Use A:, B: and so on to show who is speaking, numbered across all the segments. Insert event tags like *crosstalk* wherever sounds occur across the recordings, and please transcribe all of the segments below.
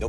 A: No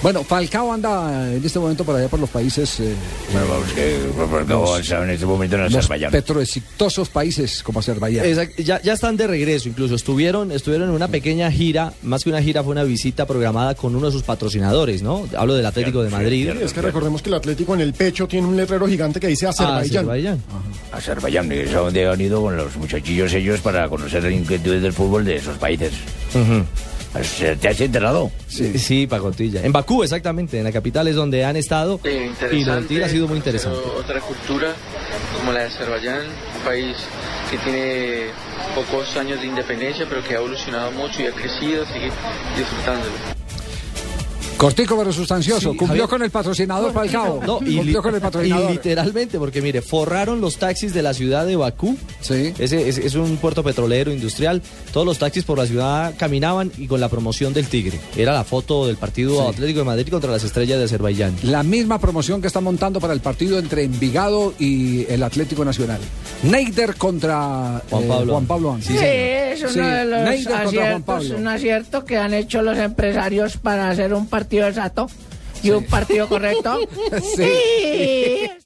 B: Bueno, Falcao anda en este momento por allá por los países, eh,
C: Bueno, vamos, que, por favor, en este momento en
B: los
C: Azerbaiyán.
B: petroexitosos países como Azerbaiyán.
D: Eh,
E: Exact- ya, ya están de regreso, incluso estuvieron, estuvieron en una pequeña gira, más que una gira fue una visita programada con uno de sus patrocinadores, ¿no? Hablo del Atlético de Madrid.
D: Sí, es que recordemos que el Atlético en el pecho tiene un letrero gigante que dice Azerbaiyán.
E: Ah, Azerbaiyán.
C: Azerbaiyán, que es a donde han ido con los muchachillos ellos para conocer las inquietudes del fútbol de esos países. ¿Se- ¿Te has enterado?
E: Sí. sí, Pacotilla. En Bakú, exactamente, en la capital es donde han estado.
F: Eh,
E: y la
F: interesante,
E: tira ha sido muy interesante.
F: conocer Otra cultura como la de Azerbaiyán, un país que tiene pocos años de independencia, pero que ha evolucionado mucho y ha crecido, así que disfrutándolo.
B: Cortico pero sustancioso.
E: Sí,
B: cumplió
E: Javier.
B: con el patrocinador Falcao.
E: No, y,
B: cumplió
E: li-
B: con el
E: y
B: patrocinador.
E: literalmente, porque mire, forraron los taxis de la ciudad de Bakú.
B: Sí.
E: Ese, es- es un puerto petrolero, industrial. Todos los taxis por la ciudad caminaban y con la promoción del Tigre. Era la foto del partido Atlético de Madrid contra las estrellas de Azerbaiyán.
B: La misma promoción que está montando para el partido entre Envigado y el Atlético Nacional. Neider contra eh,
E: Juan Pablo.
B: Juan Pablo Ángel.
E: Sí,
G: Sí,
E: señor.
G: es uno
B: Sí,
G: de los
B: Neider contra Juan
G: aciertos,
B: Pablo.
G: un acierto que han hecho los
B: *laughs*
G: empresarios para hacer un partido exacto y un partido correcto.
B: Sí.
G: Sí.